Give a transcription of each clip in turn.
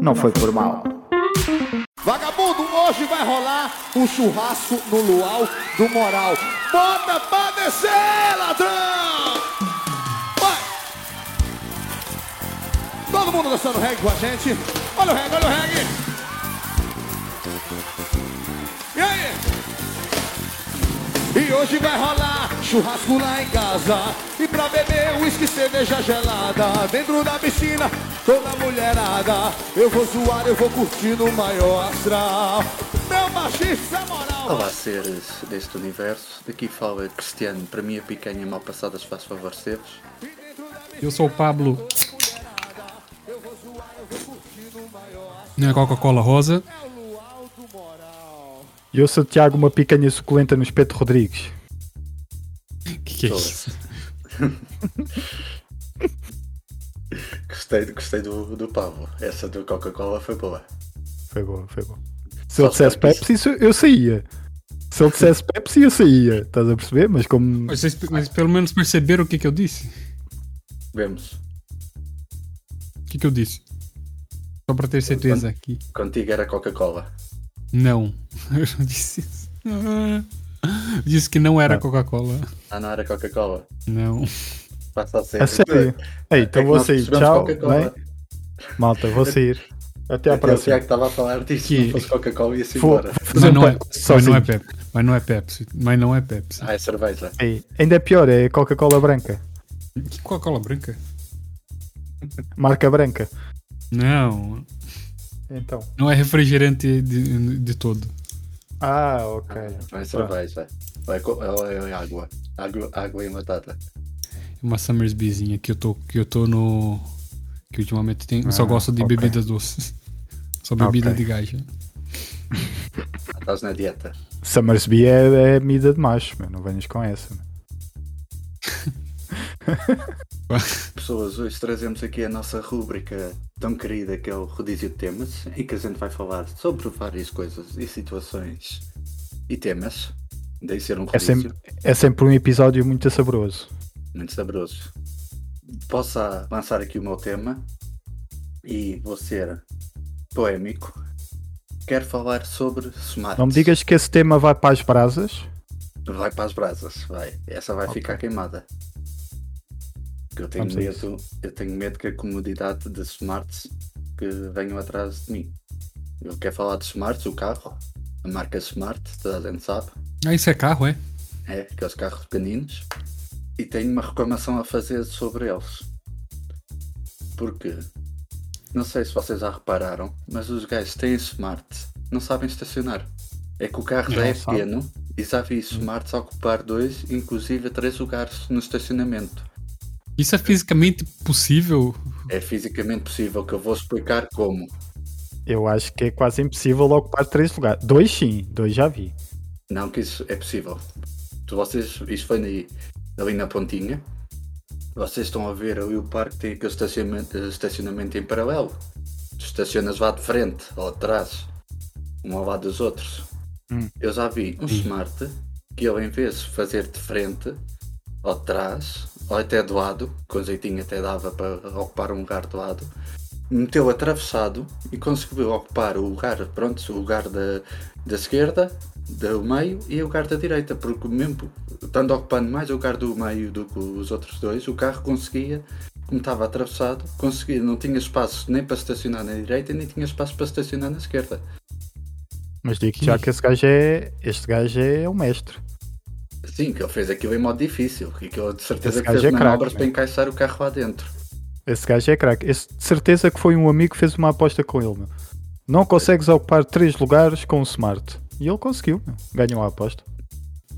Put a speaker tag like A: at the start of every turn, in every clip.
A: Não foi por mal.
B: Vagabundo, hoje vai rolar um churrasco no luau do moral. Bota pra descer, ladrão! Vai! Todo mundo dançando reggae com a gente. Olha o reggae, olha o reggae! E aí? E hoje vai rolar churrasco lá em casa E pra beber uísque, cerveja gelada Dentro da piscina, toda mulherada Eu vou zoar, eu vou curtir no maior astral Meu machista moral
C: Olá, seres deste universo. Daqui fala Cristiano. Para mim, a picanha mal passadas faz favoreceres.
D: Eu sou o Pablo. Não é Coca-Cola rosa.
A: E eu sou o Tiago, uma picanha suculenta no espeto Rodrigues.
D: Que que é isso?
C: Gostei, gostei do, do Pablo. Essa do Coca-Cola foi boa.
A: Foi boa, foi boa. Se ele dissesse Pepsi, isso- eu saía. Se ele dissesse Pepsi, eu saía. Estás a perceber? Mas como.
C: é,
D: Mas, vocês- mas pelo menos perceberam o que, que eu disse?
C: Vemos.
D: O que, que eu disse? Só pra ter certeza aqui.
C: Contigo era Coca-Cola.
D: Não. Eu não disse isso. Eu disse que não era
A: Ah.
D: Coca-Cola.
C: Ah, não era Coca-Cola.
D: Não.
C: Passa a ser.
A: A sério. Ei,
C: É
A: então
C: que
A: vou
C: nós
A: sair.
C: percebemos
A: Tchau.
C: Coca-Cola.
A: Bem? Malta, vou sair. Até à
C: Até o Tiago
A: próxima.
C: estava a falar disso.
D: Que-
C: Se não fosse Coca-Cola, ia-se
A: Vou
C: embora.
A: vou fazer
D: Mas
A: um
D: não, é,
A: Pepsi
D: mas não é
A: sozinho.
D: Pepsi. Mas não é Pepsi. Mas não é Pepsi.
C: Ah, é cerveja.
A: Ei, Ainda é pior, é Coca-Cola branca.
D: Ah, Que Coca-Cola branca?
A: Marca branca.
D: Não.
A: Então.
D: Não é refrigerante de, de todo.
A: Ah, ok.
C: Não é cerveja. Ou é, co- ou é água. água. Água e batata.
D: Uma Summersbyzinha que eu tô, que eu tô no. Que ultimamente tem. eu só
A: Ah,
D: gosto de
A: ok.
D: bebidas doces. Só bebida
A: Ok.
D: de né? gaja.
C: Ah, Estás na dieta.
A: Summersby é, é mida de macho, meu. não venhas com essa. meu.
C: Pessoas, hoje trazemos aqui a nossa rúbrica tão querida que é o Rodízio de Temas, em que a gente vai falar sobre várias coisas e situações e temas. Daí ser um
A: É
C: rodízio
A: sempre, é sempre um episódio muito saboroso.
C: muito saboroso. Posso lançar aqui o meu tema e vou ser poémico. Quero falar sobre smarts.
A: Não me digas que esse tema vai para as brasas.
C: Vai para as brasas, vai. Essa vai ficar queimada. Porque eu tenho
A: Vamos a
C: medo, eu tenho medo que a comodidade de smarts que venham atrás de mim. Eu quero falar de smarts, o carro, a marca smart, toda a gente sabe,
D: Ah, isso é carro, é?
C: é, aqueles carros pequeninos, e tenho uma reclamação a fazer sobre eles. Porque, não sei se vocês já repararam, mas os gajos têm smart, não sabem estacionar. É que o carro já
D: Não
C: é
A: sabe.
C: pequeno e já vi smarts a ocupar dois, inclusive três lugares no estacionamento.
D: Isso é fisicamente possível?
C: É fisicamente possível que eu vou explicar como.
A: Eu acho que é quase impossível ocupar três lugares. Dois sim, dois já vi.
C: Não que isso é possível. Tu, vocês, isto foi ali, ali na pontinha. Vocês estão a ver ali o parque tem aquele estacionamento, estacionamento em paralelo. Tu estacionas lá de frente ou de trás, um ao lado dos outros.
A: Hum.
C: Eu já vi um smart que ele em vez de fazer de frente ou de trás, ou até de lado, com jeitinho até dava para ocupar um lugar de lado, meteu atravessado e conseguiu ocupar o lugar, pronto, o lugar da, da esquerda, do meio e o lugar da direita, porque mesmo estando ocupando mais o lugar do meio do que os outros dois, o carro conseguia, como estava atravessado, conseguia, não tinha espaço nem para estacionar na direita e nem tinha espaço para estacionar na esquerda.
A: Mas digo
D: Hum.
A: já que esse gajo é. Este gajo é o mestre.
C: Sim, que ele fez aquilo em modo difícil, que aquilo de certeza
A: Esse
C: que
A: gajo
C: fez
A: é craque,
C: manobras
A: né?
C: para encaixar o carro lá dentro.
A: Esse gajo é craque. Esse de certeza que foi um amigo que fez uma aposta com ele, meu. Não consegues ocupar três lugares com o smart. E ele conseguiu, meu. Ganhou a aposta.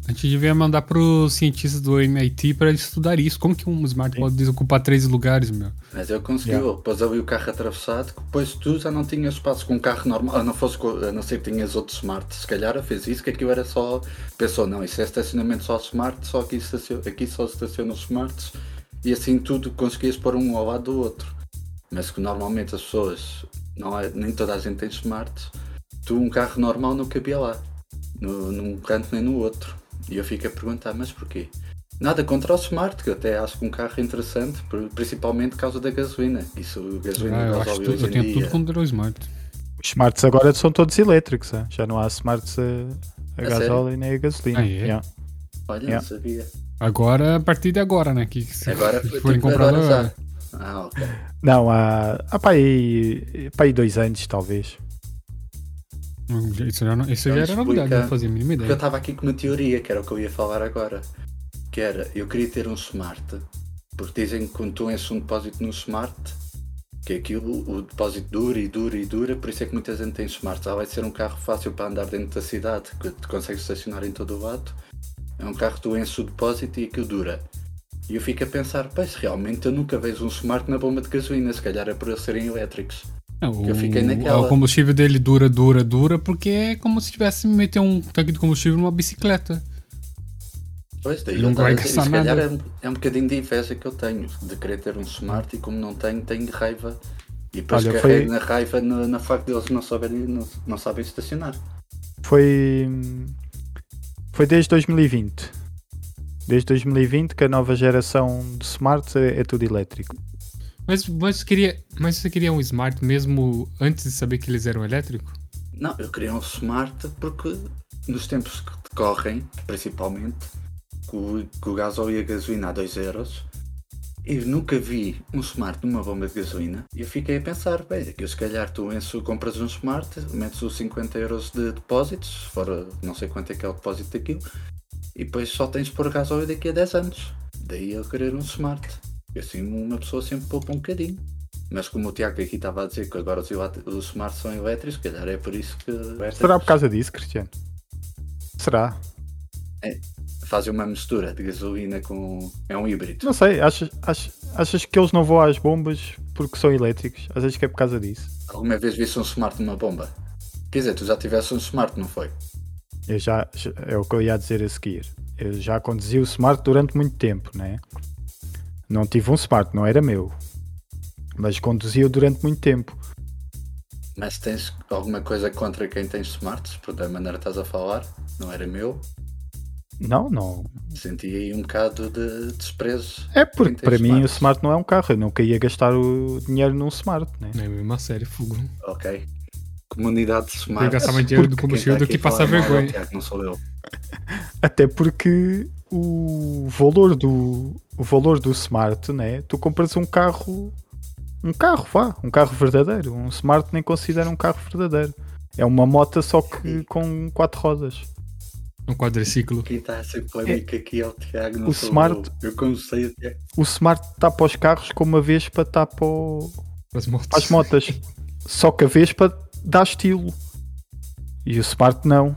D: A gente devia mandar pros cientistas do MIT pra eles estudar isso. Como que um smart pode desocupar três lugares, meu?
C: Mas eu consegui, yeah. pôs ali o carro atravessado, que depois tu já não tinhas espaço com um carro normal, a não, fosse, co- a não ser que tinhas outro smart, se calhar eu fiz isso, que aquilo era só, pensou, não, isso é estacionamento só smart, só aqui, estacion... aqui só estacionam os smarts, e assim tudo conseguias pôr um ao lado do outro. Mas que normalmente as pessoas, não é, nem toda a gente tem smart, tu um carro normal não cabia lá, no, num canto nem no outro. E eu fico a perguntar, mas porquê? Nada contra o Smart, que eu até acho um carro interessante, por- principalmente por causa da gasolina. Isso, a gasolina
D: Ah, eu, acho
C: resolve
D: tudo,
C: hoje
D: eu
C: em
D: tenho
C: dia.
D: tudo contra o Smart.
A: Os smarts agora são todos elétricos, hã? já não há smarts a, a
C: É
A: gasóleo e nem a gasolina.
D: Ah, é?
A: Yeah.
C: Olha,
A: Yeah.
C: não sabia.
D: Agora, a partir de agora, né? Que, que se
C: Agora foi
D: forem
C: tipo,
D: comprar
C: agora
D: agora.
C: já.
D: é.
C: Ah, ok.
A: Não, há, há para aí, para aí dois anos, talvez.
D: Isso já, não, isso já
C: Então
D: era novidade,
C: explica-
D: não fazia a mínima
C: Porque eu
D: ideia.
C: estava aqui com uma teoria, que era o que eu ia falar agora. Que era, eu queria ter um smart, porque dizem que quando tu enches um depósito num smart, que é aquilo, o depósito dura e dura e dura, por isso é que muita gente tem smart. Ah, vai ser um carro fácil para andar dentro da cidade, que tu consegues estacionar em todo o lado. É um carro que tu enches o depósito e aquilo dura. E eu fico a pensar, pois realmente eu nunca vejo um smart na bomba de gasolina, se calhar é por eles serem elétricos.
D: Não,
C: eu fiquei
D: o-
C: naquela.
D: O combustível dele dura, dura, dura, porque é como se tivesse meter um tanque de combustível numa bicicleta.
C: Pois, daí
D: Não
C: eu tava
D: vai
C: a dizer,
D: gastar
C: se calhar
D: nada.
C: é um, é um bocadinho de inveja que eu tenho de querer ter um smart e como não tenho, tenho raiva. E depois
A: Olha,
C: carrego
A: foi-
C: na raiva na, na facto deles não saberem, não, não sabem estacionar.
A: Foi, foi desde 2020. Desde 2020 que a nova geração de smarts é, é tudo elétrico.
D: Mas, mas, queria, mas você queria um Smart mesmo antes de saber que eles eram elétricos?
C: Não, eu queria um smart porque nos tempos que decorrem, principalmente, com, o- com o gasóleo e a gasolina a 2 euros, eu nunca vi um smart numa bomba de gasolina e eu fiquei a pensar, bem, é que eu se calhar tu em su- compras um smart, metes os 50 euros de depósitos, fora não sei quanto é que é o depósito daquilo, e depois só tens de pôr gasóleo daqui a 10 anos. Daí eu querer um smart. E Assim uma pessoa sempre poupa um bocadinho. Mas como o Tiago aqui estava a dizer que agora os, elate- os smarts são elétricos, se calhar é por isso que
A: Será por causa disso, Cristiano? Será?
C: fazem uma mistura de gasolina com. é um híbrido.
A: Não sei, achas, achas, achas que eles não vão às bombas porque são elétricos? Achas que é por causa disso?
C: Alguma vez viste um smart numa bomba? Quer dizer, tu já tiveste um smart, não foi?
A: Eu já, já- é o que eu ia dizer a seguir. Eu já conduzi o Smart durante muito tempo, né? Não tive um Smart, não era meu. Mas conduzi-o durante muito tempo.
C: Mas tens alguma coisa contra quem tem smarts? Por da maneira que estás a falar, não era meu.
A: Não, não.
C: Senti aí um bocado de desprezo.
A: É porque
C: Quem tem
A: para mim o
C: Smart?
A: Smart não é um carro. Eu nunca ia gastar o dinheiro num Smart, né?
D: É uma série fuga.
C: Ok. Comunidade de tá
D: Tem que
C: smart.
D: gastar mais dinheiro do combustível do que passar
C: né?
D: vergonha.
C: Tiago, não sou eu.
A: Até porque o valor do o valor do smart, né? Tu compras um carro, um carro, vá, um carro verdadeiro. Um smart nem considera um carro verdadeiro. É uma moto só que com quatro rodas.
D: Um quadriciclo.
C: Quem está a ser tá polémica aqui é o Tiago, não
A: O
C: sou
A: smart-
C: eu. Eu comecei a
A: O smart está para os carros como a Vespa está para, o-
D: As
A: para
D: motos.
A: as motas. Só que a Vespa dá estilo. E o smart não.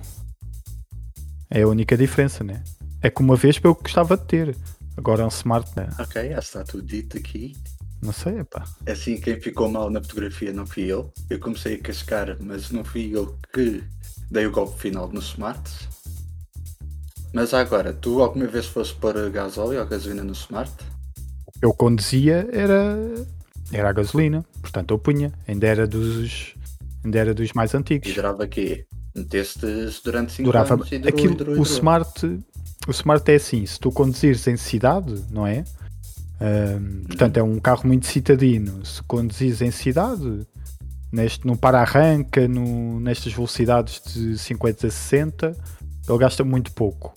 A: É a única diferença, né? É que uma Vespa eu gostava de ter. Agora é um smart, né?
C: Ok, já está tudo dito aqui.
A: não sei, pá.
C: Assim, quem ficou mal na fotografia não fui eu. Eu comecei a cascar, mas não fui eu que dei o golpe final no Smart. Mas agora, tu alguma vez foste pôr gasóleo ou gasolina no Smart?
A: eu conduzia era, era a gasolina, portanto eu punha, ainda era dos, ainda era dos mais
C: E
A: antigos.
C: durava quê? Meteste durante 5
A: Durava
C: anos e durou,
A: aquilo,
C: e durou, e
A: o
C: durou.
A: smart, o smart é assim, se tu conduzires em cidade, não é? Ahm, portanto é um carro muito citadino. Se conduzires em cidade, neste no para-arranca, no- nestas velocidades de 50 a 60, ele gasta muito pouco.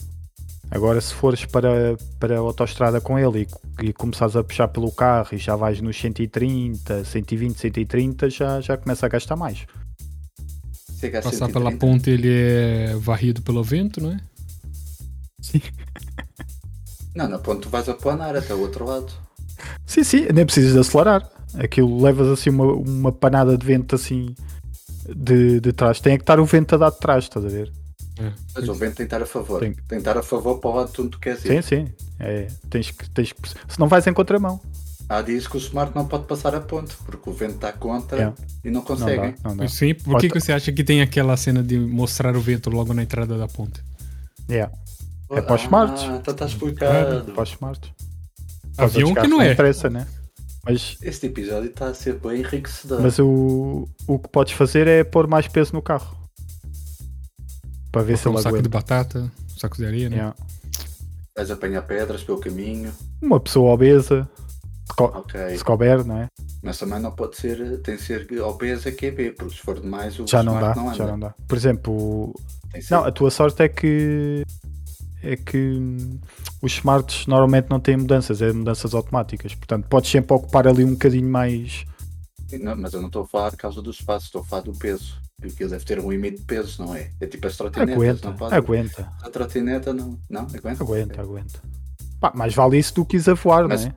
A: Agora, se fores para, para a autoestrada com ele e, e começares a puxar pelo carro e já vais nos 130, 120, 130, já, já começa a gastar mais.
C: Chega a
D: Passar
C: 130.
D: pela ponte ele é varrido pelo vento, não é?
A: um
C: Não, na ponte tu vais aplanar até o outro lado.
A: Sim, sim, nem precisas de acelerar. Aquilo levas assim uma, uma panada de vento assim de, de trás. Tem é que estar o vento a dar de trás, estás a ver?
D: É.
C: Mas o vento tentar a favor.
A: Sim.
C: Tentar a favor para o lado de onde tu queres
A: Sim,
C: ir.
A: sim. É, tens que, tens que, se não vais em contramão.
C: Há dias que o Smart não pode passar a ponte, porque o vento está contra
A: Yeah.
C: e
A: Não
C: não
A: dá,
C: conseguem.
A: não dá.
D: Sim, por que,
A: Bota-
D: que você acha que tem aquela cena de mostrar o vento logo na entrada da ponte?
A: Yeah. É para os smarts. Uhum.
C: Ah, então está explicado.
A: Para os smarts. Mas outros
D: Avião que
A: carros
D: não é.
A: interessa, né? Mas,
C: Este episódio está a ser bem enriquecedor.
A: mas o, o que podes fazer é pôr mais peso no carro. Para ver se
D: um
A: ele
D: saco de
A: aguenta.
D: batata, um saco de areia, né?
A: Yeah.
C: Vais apanhar pedras pelo caminho.
A: Uma pessoa obesa, se, co
C: Ok.
A: se couber, não é?
C: Mas também não pode ser. Tem que ser obesa QB, porque se for demais o
A: Já não dá,
C: smart não anda.
A: já não dá. Por exemplo,
C: Tem que ser-
A: Não, a tua sorte é que é que hum, os smarts normalmente não têm mudanças, é mudanças automáticas. Portanto, podes sempre ocupar ali um bocadinho mais.
C: Não, mas eu não estou a falar por causa do espaço, estou a falar do peso. Porque ele deve ter um limite de peso, não é? É tipo as trotinetas,
A: Aguenta,
C: não pode?
A: aguenta,
C: A trotineta não. Não, aguenta?
A: aguenta, aguenta. Pá, mais vale isso do que ires a voar,
C: Mas-
A: não é?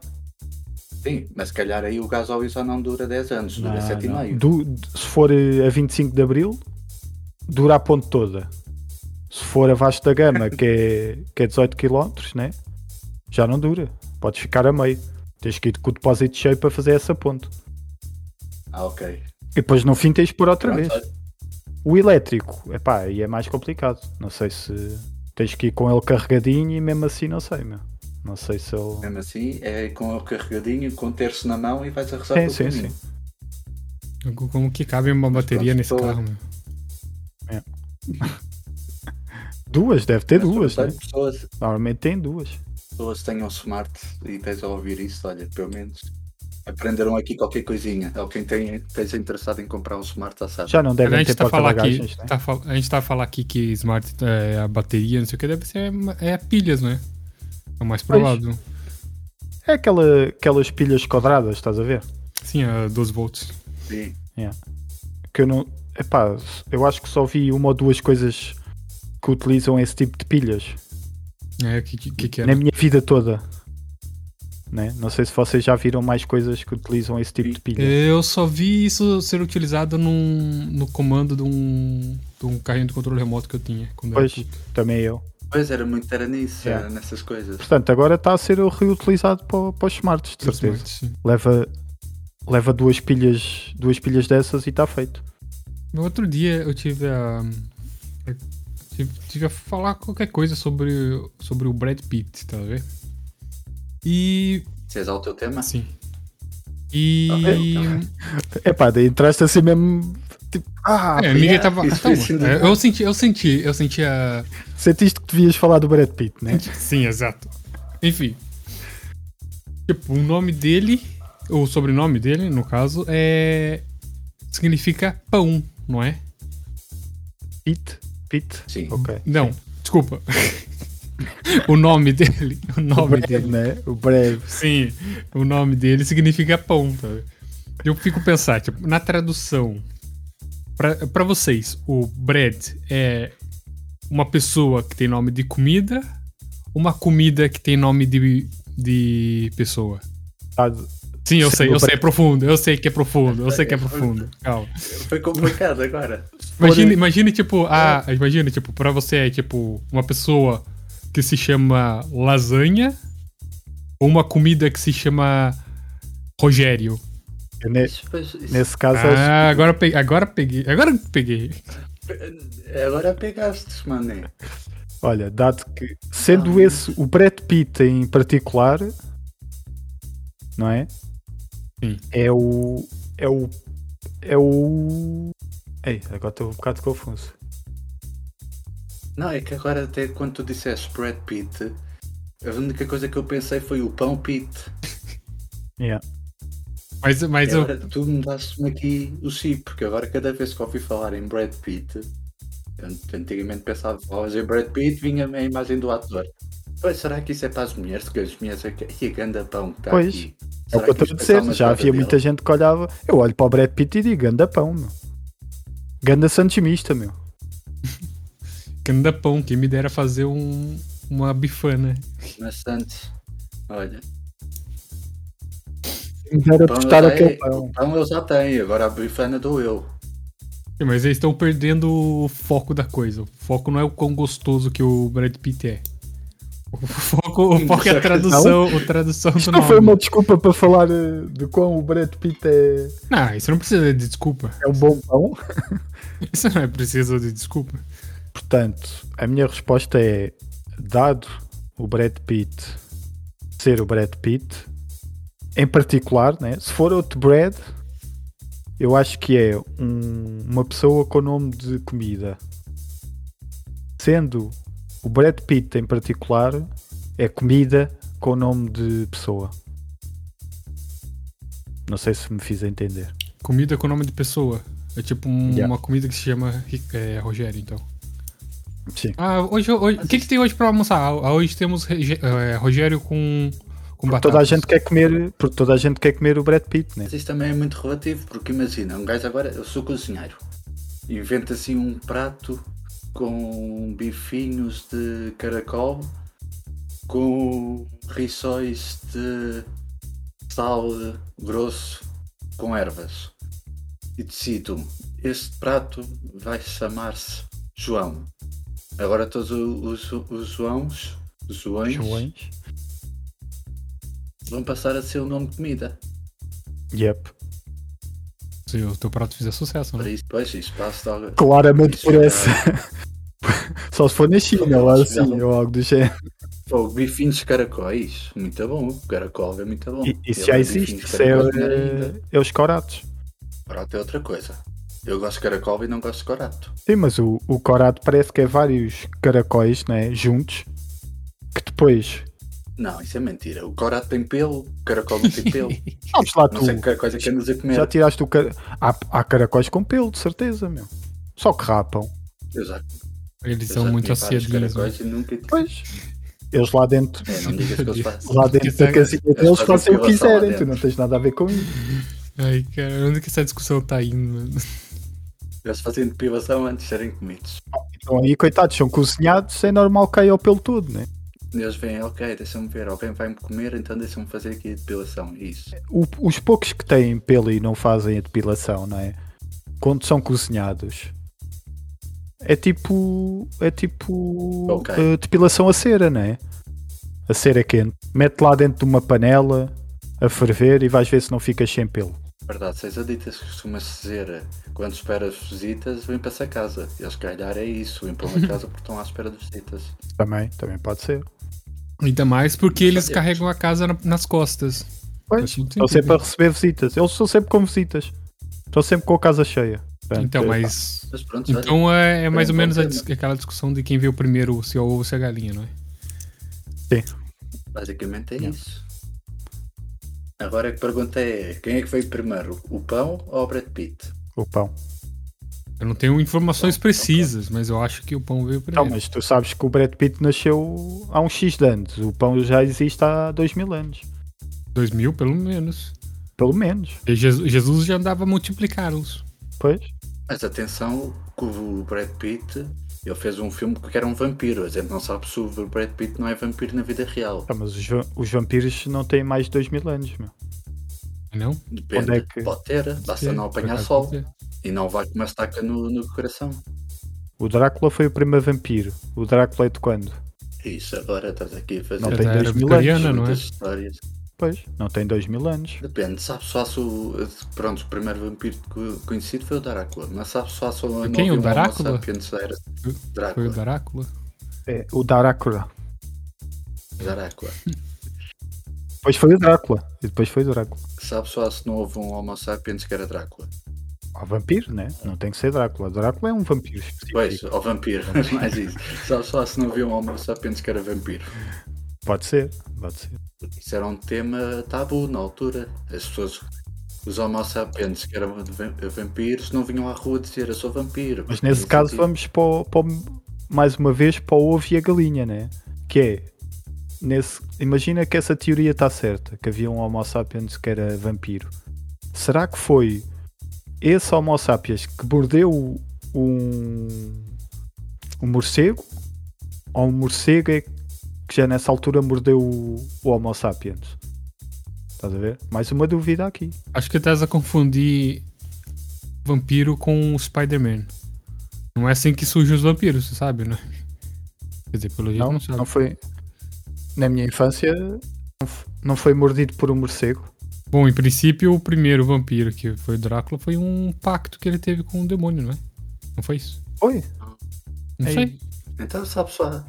C: Sim, mas se calhar aí o gasóleo só não dura 10 anos, dura
A: Não,
C: 7,5.
A: não. Do- de- se for eh, a 25 de Abril, dura a ponte toda. Se for a Vasco da Gama, que é, que é 18 km, né? já não dura. Podes ficar a meio. Tens que ir com o depósito cheio para fazer essa ponte.
C: Ah, ok.
A: E depois no fim tens de pôr outra
C: Pronto,
A: vez.
C: olha,
A: O elétrico, epá, aí é mais complicado. Não sei se tens que ir com ele carregadinho e mesmo assim não sei, meu. Não sei se ele.
C: mesmo assim, é com o carregadinho, com o terço na mão e vais a
A: Sim,
C: rezar pelo
A: sim,
C: caminho. É.
D: Como que cabe uma bateria
C: pronto,
D: nesse
C: tô-
D: carro, mano?
A: Duas, deve ter
C: Mas
A: duas,
C: olha,
A: né?
C: pessoas,
A: Normalmente tem duas.
C: pessoas que tenham smart e tens a ouvir isso, olha, pelo menos aprenderam aqui qualquer coisinha. Ou quem tem, esteja interessado em comprar um smart, já sabe.
A: Já não
D: A
A: devem ter
D: gente, tá falar aqui,
A: porta-bagagens, né?
D: tá fal- a gente tá falar aqui que smart é a bateria, não sei o que, deve ser é, é pilhas, né? É o mais
A: Pois.
D: provável.
A: É aquela, aquelas pilhas quadradas, estás a ver?
D: Sim, é 12 volts.
C: Sim.
A: Que eu não. Epá, eu acho que só vi uma ou duas coisas que utilizam esse tipo de pilhas
D: É, que que, que é?
A: na minha vida toda. Né? Não sei se vocês já viram mais coisas que utilizam esse tipo de pilha.
D: Eu só vi isso ser utilizado num, no comando de um, de um carrinho de controle remoto que eu tinha. Quando
A: Pois,
D: Era... puto.
A: também eu.
C: Pois era muito, era nisso,
A: Yeah.
C: era nessas coisas.
A: Portanto, agora está a ser reutilizado para, o- para os smarts, de certeza.
D: Smart, sim.
A: Leva, leva duas, pilhas, duas pilhas dessas e está feito.
D: No outro dia eu tive a. eu tive, tive a falar qualquer coisa sobre, sobre o Brad Pitt, tá a ver? E.
C: Vocês ao teu tema?
D: Sim. E.
A: Ah, Epá, daí entraste assim mesmo. Tipo, ah,
D: É, ninguém tava.
C: isso
D: Então,
C: foi
D: é, eu senti, eu senti, eu senti a.
A: sentiste que devias falar do Brad Pitt, né?
D: Sim, exato. Enfim. Tipo, o nome dele, ou o sobrenome dele, no caso, é. Significa pão, não é?
A: Pitt? Pitt?
C: Sim.
A: Ok.
D: Não, desculpa. o nome dele. O
A: O
D: nome
A: breve,
D: dele.
A: né? O breve.
D: Sim, o nome dele significa pão, tá? Eu fico pensando, tipo, na tradução, pra, pra vocês, o bread é uma pessoa que tem nome de comida ou uma comida que tem nome de, de pessoa?
A: Tá,
D: Sim, eu
A: Sim,
D: sei,
A: o
D: eu sei,
A: bread.
D: é profundo, eu sei que é profundo, eu sei que é profundo. Calma.
C: Foi complicado agora.
D: Imagine, imagine,
A: É.
D: tipo, a, imagine, tipo, pra você é, tipo, uma pessoa que se chama lasanha ou uma comida que se chama Rogério.
A: ne-
C: Isso, pois, isso-
A: nesse caso,
D: Ah, agora eu peguei, agora eu peguei, agora eu peguei.
C: Agora pegaste, mané.
A: olha, dado que
D: Ah.
A: sendo esse o Brad Pitt em particular, não é?
D: Sim.
A: É o. É o. É o. Ei, agora estou um bocado confuso.
C: Não, é que agora até quando tu disseste Brad Pitt, a única coisa que eu pensei foi o pão Pitt.
A: Yeah.
D: Mas, mas eu,
C: Agora É, tu mudaste-me aqui o chip, porque agora cada vez que ouvi falar em Brad Pitt, eu antigamente pensava, ao dizer Brad Pitt, vinha a imagem do ator. Pois será que isso é para as mulheres? Que as mulheres é que e a ganda pão que está
A: Pois.
C: aqui.
A: É o que eu estou a dizer, já havia muita gente que olhava. Eu olho para o Brad Pitt e digo, ganda pão, meu. Ganda santimista, meu.
D: que não dá pão, quem me dera fazer um, uma bifana.
C: gente. Mas antes, olha,
A: Era
C: pão eu
A: testar
C: já
A: aquele
C: é-
A: pão.
C: o pão eu já tenho, agora a bifana dou eu.
D: Mas eles estão perdendo o foco da coisa. O foco não é o quão gostoso que o Brad Pitt é. O foco, o foco é a tradução, a tradução do
A: Isto não foi
D: nome.
A: uma desculpa para falar eh, de quão o Brad Pitt é,
D: Não, Ah, isso não precisa de desculpa.
A: é um bom pão.
D: Isso não é preciso de desculpa.
A: Portanto, a minha resposta é: dado o Brad Pitt ser o Brad Pitt, em particular, né? se for outro Brad, eu acho que é um- uma pessoa com nome de comida. Sendo o Brad Pitt em particular, É comida com nome de pessoa. Não sei se me fiz entender.
D: Comida com nome de pessoa. É tipo um-
A: Yeah.
D: uma comida que se chama Ri- é, Rogério, então.
A: Sim.
D: Ah, hoje. hoje- o que, que tem hoje pra almoçar? Ah, hoje temos Rege- é, Rogério com. com batatas.
A: Toda a gente quer comer, porque toda a gente quer comer o Brad Pitt, né?
C: Mas isso também é muito relativo, porque imagina, um gajo agora, eu sou cozinheiro, inventa assim um prato com bifinhos de caracol, com rissóis de sal grosso com ervas. E decido, este prato vai chamar-se João. Agora todos os, os, os Joãos, Joões,
A: Joões.
C: vão passar a ser o nome de comida.
A: Yep.
D: Se o teu prato fizer sucesso,
C: Para
D: né?
C: isso, pois, isso passa de-
A: Claramente
C: Isso
A: por
C: é-
A: essa. Só se for na China, ou assim, ou algo do género.
C: Pô, bifinhos de caracóis, muito bom. Caracol é muito bom.
A: I- Isso
C: Eu
A: já
C: adoro
A: existe.
C: bifinhos de
A: Isso é,
C: caracol, não era ainda.
A: eh, é os coratos.
C: Corato é outra coisa. Eu gosto de caracol e não gosto de corato.
A: Sim, mas o, o corato parece que é vários caracóis, né? Juntos. Que depois.
C: Não, isso é mentira. O corato tem pelo, o caracol não tem pelo.
A: Sabes lá
C: não
A: tu.
C: sei que caracóis é que andas a comer.
A: Já tiraste o car... há, há caracóis com pelo, de certeza, meu. Só que rapam.
C: Eu já,
D: Eles
C: eu
D: são
C: já
D: muito
C: comi vários
D: assiadinhos. né?
C: caracóis e nunca.
A: Pois. Eles lá dentro.
C: É, não digas que eu faço.
A: Lá dentro da
D: Quiser-
A: casinha
C: eles
A: deles
C: fazem
A: fazem o que
C: pilação lá
A: quiserem. Tu
C: dentro.
A: não tens nada a ver com isso.
D: Ai, cara, onde que essa discussão tá indo? mano?
C: Eles fazem depilação antes de serem comidos.
A: Então aí, coitados, são cozinhados, é normal cair ao pelo todo, né?
C: Eles vêm, ok, deixa-me ver, alguém vai-me comer, então deixa-me fazer aqui a depilação. Isso.
A: O- os poucos que têm pelo e não fazem a depilação, não é? Quando são cozinhados. É tipo. É tipo.
C: Ok.
A: eh, depilação a cera, não é? A cera é quente. Mete lá dentro de uma panela a ferver e vais ver se não ficas sem pelo.
C: Verdade, seja dita se costuma dizer quando espera as visitas, vem para essa casa. Eles, se calhar, é isso, limpam a casa porque estão à espera de visitas.
A: Também, também pode ser.
D: Ainda mais porque eles
C: Sabia.
D: carregam a casa na- nas costas.
A: Pois,
D: Faz todo
A: estão
D: sentido.
A: sempre a receber visitas. Eles estão sempre com visitas. Estão sempre com a casa cheia. Portanto,
D: Então,
A: eh,
D: mas.
C: Mas pronto, já
D: Então é, é mais ou
C: Peraí,
D: menos a
C: vamos
D: dis-
C: ver,
D: aquela discussão de quem veio primeiro, se é o ovo ou se é a galinha, não é?
C: basicamente é isso. Agora a pergunta é: quem é que veio primeiro, o pão ou o Brad Pitt?
A: O pão.
D: Eu não tenho informações precisas, mas eu acho que o pão veio
A: Não,
D: primeiro.
A: mas tu sabes que o Brad Pitt nasceu há uns X de anos. O pão já existe há dois mil anos.
D: 2000, pelo menos.
A: Pelo menos.
D: E Jesus, Jesus já andava a multiplicá-los.
A: Pois.
C: Mas atenção, que o Brad Pitt ele fez um filme que era um vampiro. A gente não sabe se o Brad Pitt não é vampiro na vida real.
A: Tá, mas os, va- os vampiros não têm mais de dois mil anos, meu.
D: Não?
C: Depende,
A: Onde é que-
C: pode ter, basta não
D: Por
C: apanhar
D: acaso,
C: sol
D: pode ser.
C: e não vai com uma estaca no, no coração.
A: O Drácula foi o primeiro vampiro. O Drácula é de quando?
C: Isso, agora estás aqui a fazer.
A: Não
D: Já
A: tem
D: da
A: dois
D: era
A: mil anos,
D: vitoriana, não é?
C: Muitas histórias.
A: Pois, não tem dois mil anos.
C: Depende, sabe só se o. Pronto, o primeiro vampiro co- conhecido foi o Drácula, mas sabe só se o.
D: Quem? O Drácula?
C: Sapiens da era
D: Foi
C: Drácula.
D: o Drácula.
A: É, o Drácula.
C: Drácula.
A: Depois foi o Drácula. E depois foi o Drácula.
C: Sabe só se não houve um Homo sapiens que era Drácula.
A: Há vampiro, né? Não tem que ser Drácula. Drácula é um vampiro específico.
C: Pois, ou vampiro, mais isso. Sabe só se não havia um Homo sapiens que era vampiro.
A: Pode ser, pode ser.
C: Isso era um tema tabu na altura. As pessoas. Os Homo sapiens que eram va- vampiros não vinham à rua dizer eu sou vampiro.
A: Mas
C: porque
A: nesse
C: não
A: caso
C: existia.
A: vamos para, o- para o- mais uma vez para o ovo e a galinha, né? Que é nesse, imagina que essa teoria está certa, que havia um Homo sapiens que era vampiro. Será que foi esse Homo sapiens que mordeu um, um morcego? Ou um morcego é que já nessa altura mordeu o, o Homo sapiens? Estás a ver? Mais uma dúvida aqui.
D: Acho que estás a confundir vampiro com o Spider-Man. Não é assim que surgem os vampiros, você sabe, né? Quer dizer, pelo jeito
A: Não,
D: não,
A: não,
D: sabe.
A: foi. Na minha infância, não f- não foi mordido por um morcego.
D: Bom, em princípio, o primeiro vampiro que foi o Drácula foi um pacto que ele teve com o demônio, não é? Não foi isso?
A: Foi.
D: Não
A: É
D: sei.
C: Então sabe só.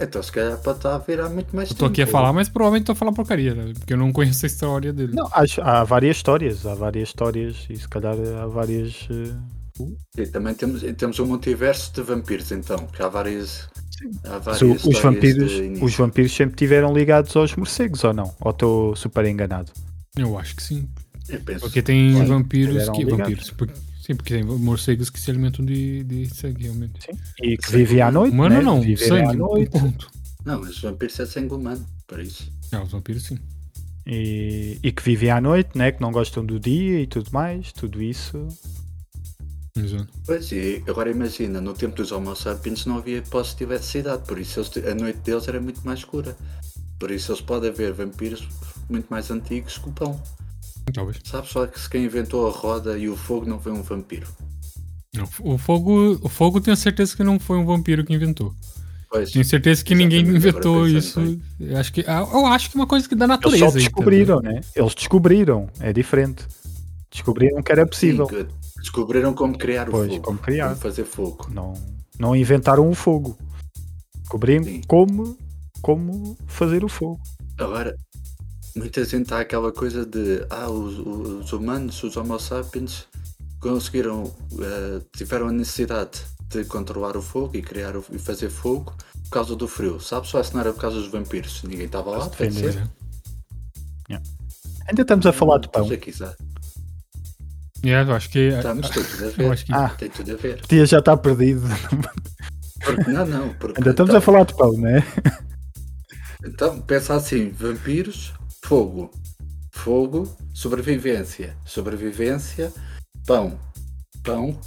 C: Então se calhar pode estar a virar muito mais
D: Eu tô aqui a
C: tempo.
D: falar, mas provavelmente tô a falar porcaria, né? Porque eu não conheço a história dele.
A: Não, acho- há várias histórias. Há várias histórias e se calhar há várias eh,
C: E também temos, temos um multiverso de vampiros, então, porque há várias. Há
A: Mas
C: várias
A: o- os,
C: histórias
A: vampiros,
C: de início.
A: os vampiros sempre tiveram ligados aos morcegos, ou não? Ou estou super enganado?
D: Eu acho que sim.
C: Eu penso.
D: Porque tem
A: Sim,
D: vampiros
A: eles
D: que.
A: eram
D: Vampiros. porque- sim, porque tem morcegos que se alimentam de, de sangue, realmente.
A: E que vivem à noite,
D: Humano
A: né?
D: não,
A: Viverem à
D: sangue.
A: noite.
D: um ponto.
C: Não, mas os vampiros é sangue humano, para isso.
D: Ah, os vampiros sim.
A: E, e que vivem à noite, né? Que não gostam do dia e tudo mais, tudo isso.
D: Exato.
C: Pois, e agora imagina, no tempo dos Homo sapiens não havia positiva cidade, por isso eles- a noite deles era muito mais escura. Por isso eles podem haver vampiros muito mais antigos que o pão.
D: Talvez.
C: Sabe só que se quem inventou a roda e o fogo não foi um vampiro.
D: Não, o fogo. O fogo tenho certeza que não foi um vampiro que inventou.
C: Pois,
D: Tenho certeza que ninguém
C: Exatamente, agora
D: inventou
C: pensando
D: isso.
C: bem.
D: Eu acho que, ah, eu acho que é uma coisa que da
A: Eles
D: natureza.
A: só descobriram,
D: então.
A: né? Eles descobriram, é diferente. Descobriram que era
C: sim,
A: possível.
C: que descobriram como criar o
A: Pois,
C: fogo.
A: como criar.
C: fazer fogo.
A: Não, não inventaram o fogo. Descobriram
C: Sim.
A: como, como fazer o fogo.
C: Agora, muita gente há aquela coisa de ah, os, os humanos, os Homo sapiens, conseguiram, eh, tiveram a necessidade de controlar o fogo e criar o- e fazer fogo por causa do frio. Sabe só se não era por causa dos vampiros? Ninguém estava lá,
A: Posso
C: pode
A: defender.
D: é.
C: ser.
A: Ainda estamos a falar de pão.
C: Estamos aqui, exato.
D: É, eu acho que.
C: Estamos, Tá, tem tudo a
D: Eu
C: ver.
D: acho que.
A: Ah.
C: Tem tudo a ver.
A: O dia já está perdido.
C: Porque- não, não. Porque,
A: Ainda estamos
C: então,
A: a falar de pão, né?
C: Então, pensa assim: vampiros, fogo. Fogo, sobrevivência. Sobrevivência, pão. Pão,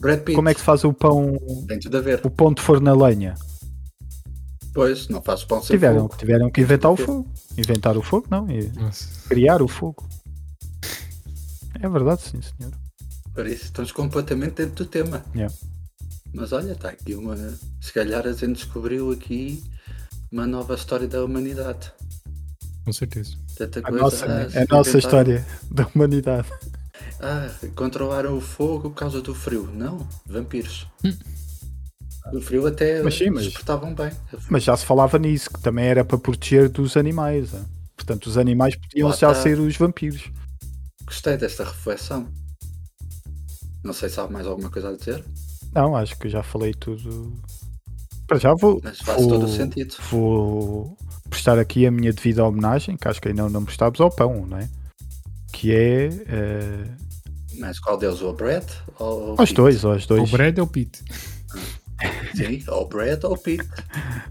C: Brad Pitt.
A: Como é que se faz o pão,
C: Tem tudo a ver.
A: o pão de forno na lenha?
C: Pois, não faço pão sem
A: Tiveram,
C: fogo.
A: tiveram que inventar o fogo. Inventar o fogo, não. e
D: Nossa.
A: Criar o fogo. É verdade, sim, senhor.
C: Por isso, estamos completamente dentro do tema.
A: Yeah.
C: Mas olha, está aqui uma. Se calhar a gente descobriu aqui uma nova história da humanidade.
D: Com certeza.
C: Tanta
A: A
C: coisa.
A: nossa,
C: ah, se
A: a nossa
C: inventaram-
A: história da humanidade.
C: Ah, controlaram o fogo por causa do frio. Não, vampiros. O frio até
A: Mas sim, mas-
C: se portavam bem.
A: Mas já se falava nisso, que também era para proteger dos animais. né? Portanto, os animais podiam
C: Lá
A: já
C: está.
A: ser os vampiros.
C: Gostei desta reflexão. Não sei se há mais alguma coisa a dizer,
A: Não, acho que já falei tudo. Para já vou.
C: mas faz
A: vou,
C: todo o sentido.
A: vou prestar aqui a minha devida homenagem, que acho que ainda não prestámos ao pão, não é? Que é. eh,
C: Mas qual deles? O Brett? Ou o
A: aos
C: Pete?
A: dois, aos
D: O
A: dois.
D: Brad é o Pete.
C: Sim, ou o Brett ou o Pete.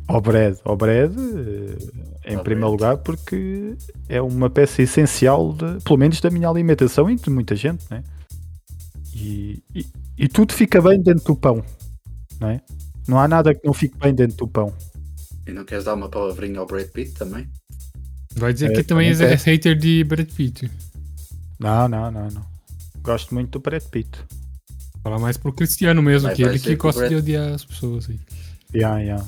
A: Ao Brad. Ao Brad, eh, em
C: Ao
A: primeiro
C: Brad.
A: lugar, porque é uma peça essencial, de- pelo menos da minha alimentação e de muita gente, né? E, e, e tudo fica bem dentro do pão, não é? Não há nada que não fique bem dentro do pão.
C: E não queres dar uma palavrinha ao Brad Pitt também?
D: Vai dizer
A: É,
D: que também
A: também
D: é,
A: quer.
D: é hater de Brad Pitt.
A: Não, não, não, não. Gosto muito do Brad Pitt.
D: Falar mais pro Cristiano mesmo,
C: Mas
D: que
C: vai
D: ele
C: ser
D: que
C: pro
D: gosta de
C: Brad.
D: odiar as pessoas aí.
A: Yeah, yeah.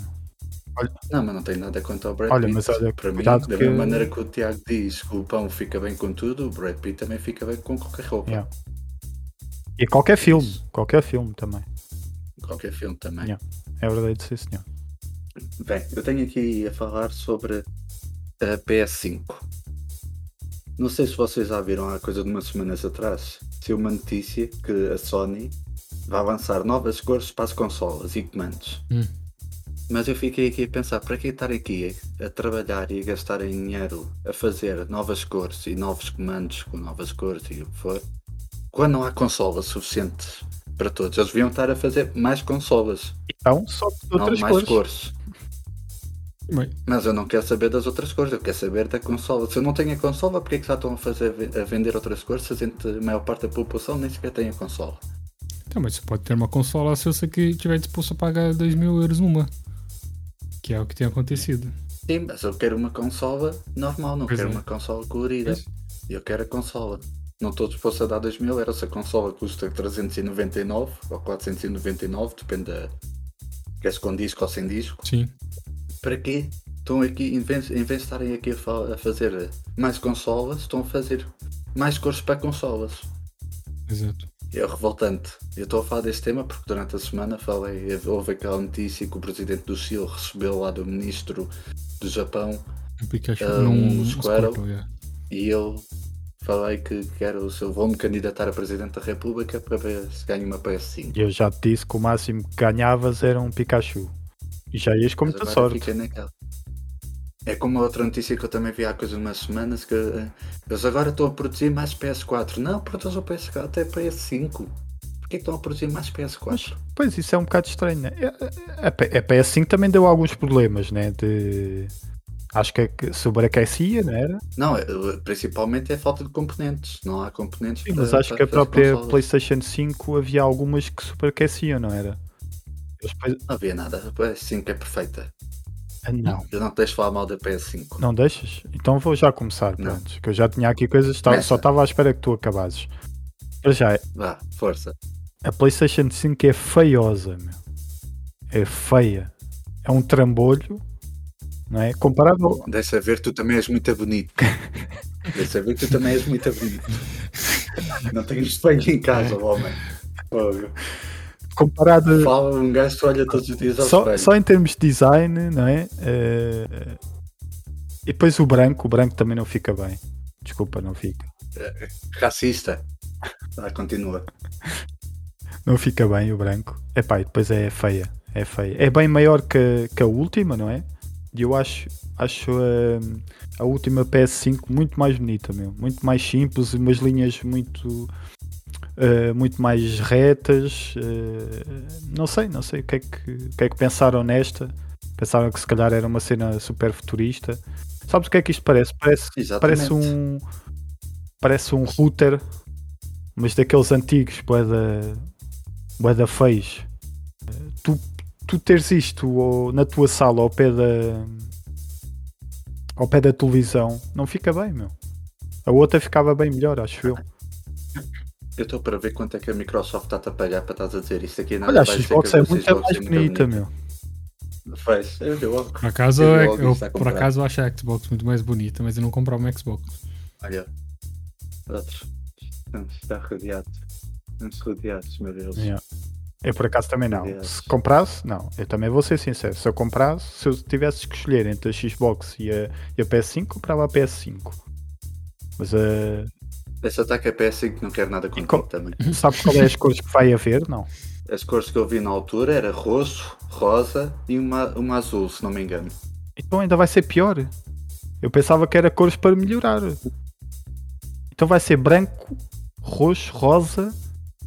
C: Não, mas não tem nada contra o Brad
A: Olha,
C: Pitt.
A: mas olha,
C: Para mim, da
A: cuidado que-
C: mesma maneira que o Tiago diz que o pão fica bem com tudo, o Brad Pitt também fica bem com qualquer roupa.
A: Yeah. E qualquer filme, qualquer filme também.
C: Qualquer filme também.
A: Yeah. É verdade, sim senhor.
C: Bem, eu tenho aqui a falar sobre a PS5. Não sei se vocês já viram há coisa de umas semanas atrás, se uma notícia que a Sony vai lançar novas cores para as consolas e comandos.
D: Hum.
C: Mas eu fiquei aqui a pensar, para que estar aqui a trabalhar e a gastar dinheiro a fazer novas cores e novos comandos com novas cores e o que for, quando não há consolas suficientes para todos? Eles deviam estar a fazer mais consolas,
A: Então, só de outras
C: não mais
A: cores.
C: cores.
D: Mas,
C: Mas eu não quero saber das outras cores, eu quero saber da consola. Se eu não tenho a consola, porque é que já estão a, fazer, a vender outras cores se a, gente, a maior parte da população nem sequer tem a consola?
D: tá, mas você pode ter uma consola se você que tiver disposto a pagar 2 mil euros numa. Que é o que tem acontecido.
C: Sim, mas eu quero uma consola normal, não
D: Pois
C: quero
D: é.
C: uma consola colorida.
D: Pois.
C: Eu quero a consola. Não estou disposto a dar 2 mil euros, a consola custa 399 ou 499, depende da. Queres com disco ou sem disco.
D: Sim.
C: Para quê? Estão aqui, em vez, em vez de estarem aqui a, fa- a fazer mais consolas, estão a fazer mais cores para consolas.
D: Exato.
C: É revoltante. Eu estou a falar deste tema porque durante a semana falei, houve aquela notícia que o presidente do CIL recebeu lá do ministro do Japão
D: O Pikachu
C: Ah,
D: não.
C: um Squirtle.
D: Squirtle, é.
C: e ele Falei que quero, se eu vou-me candidatar a Presidente da República para ver se ganho uma PS5.
A: E eu já te disse que o máximo que ganhavas era um Pikachu. E já ias com
C: Mas
A: muita
C: agora
A: sorte.
C: fica naquela. É como a outra notícia que eu também vi há coisa de umas semanas que eh, eles agora estão a produzir mais PS4. Não, produzam o PS4 até PS5. Porquê que estão a produzir mais PS4?
A: Pois, isso é um bocado estranho. né? A- A, a P- a PS5 é assim também deu alguns problemas, né? De... Acho que é que sobreaquecia, não era?
C: Não, eh, principalmente é falta de componentes. Não há componentes
A: Sim, mas
C: para-
A: acho
C: para
A: que a
C: fazer
A: própria
C: consoles.
A: PlayStation 5 havia algumas que superaqueciam, não era? Eles depois-
C: Não havia nada. A PS5 é perfeita.
A: Ah, Não,
C: Eu não te deixo falar mal da PS5.
A: não deixas? Então vou já começar,
C: Não.
A: pronto. Que eu já tinha aqui coisas, tá-
C: Começa.
A: só estava à espera que tu acabasses. Para já,
C: Vá, força.
A: a PlayStation 5 é feiosa, meu. É feia. É um trambolho, não é? Comparado ao,
C: Deixa ver, tu também és muito bonito. Deixa ver, tu também és muito bonito. Não tens espelho em casa, homem. Fogo.
A: comparado
C: Fala um gajo que olha todos os dias ao
A: só,
C: espelho.
A: só em termos de design, não é? Eh, e depois o branco, o branco também não fica bem. Desculpa, não fica.
C: Racista. Ah, continua.
A: Não fica bem o branco. Epá, e depois é feia. É feia. É bem maior que, a- que a última, não é? E eu acho, acho hum, a, última PS5 muito mais bonita, meu. Muito mais simples, e umas linhas muito, eh, muito mais retas. eh, não sei, não sei o que, é que, o que é que pensaram nesta. Pensaram que se calhar era uma cena super futurista. Sabes o que é que isto parece? Parece,
C: Exatamente.
A: parece um parece um router mas daqueles antigos bué da bué da feios Eh, tu, tu teres isto ou, na tua sala ao pé da ao pé da televisão não fica bem meu a outra ficava bem melhor acho eu
C: Eu estou para ver quanto é que a Microsoft está-te a pagar para estás a dizer isto aqui. Nada
A: olha a
C: Ah, vai ser
A: Xbox
C: que
A: é
C: a Xbox
A: muito mais bonita meu
C: Faz. Eu vi logo.
D: Por acaso,
C: Eu
D: é-
C: logo
D: eu,
C: está a
D: por
C: comprar.
D: acaso eu acho a Xbox muito mais bonita, mas eu não comprava uma Xbox.
C: Olha. Outros. Estamos está rodeados. Estamos rodeados, meu Deus.
A: Yeah. Eu por acaso também não.
C: Aliás.
A: Se comprasse, não. Eu também vou ser sincero. Se eu comprasse, se eu tivesse que escolher entre a Xbox e a, e a PS5, comprava a PS5. Mas eh,
C: Esse ataque é PS5 não quero nada contigo
A: co-
C: também.
A: sabes qual é as cores que vai haver? Não.
C: As cores que eu vi na altura era roxo, rosa e uma, uma azul, se não me engano.
A: Então ainda vai ser pior. Eu pensava que era cores para melhorar. Então vai ser branco, roxo, rosa